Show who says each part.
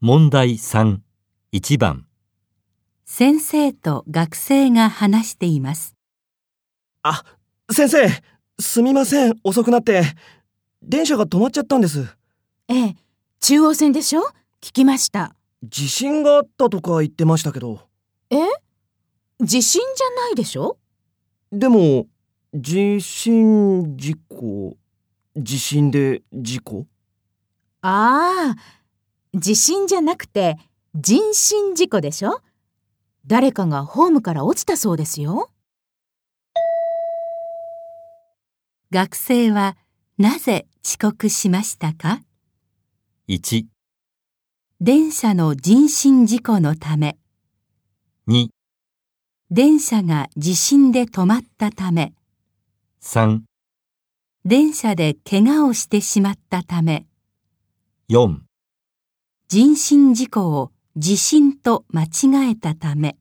Speaker 1: 問題3、1番、
Speaker 2: 先生と学生が話しています。
Speaker 3: あ、先生、すみません、遅くなって。電車が止まっちゃったんです。
Speaker 4: ええ、中央線でしょ聞きました。
Speaker 3: 地震があったとか言ってましたけど。
Speaker 4: 地震じゃないでしょ
Speaker 3: でも、地震事故、地震で事故
Speaker 4: ああ、地震じゃなくて人身事故でしょ誰かがホームから落ちたそうですよ。
Speaker 2: 学生はなぜ遅刻しましたか
Speaker 1: 1、
Speaker 2: 電車の人身事故のため、
Speaker 1: 2、
Speaker 2: 電車が地震で止まったため、
Speaker 1: 3、
Speaker 2: 電車で怪我をしてしまったため、
Speaker 1: 4。
Speaker 2: 人身事故を地震と間違えたため。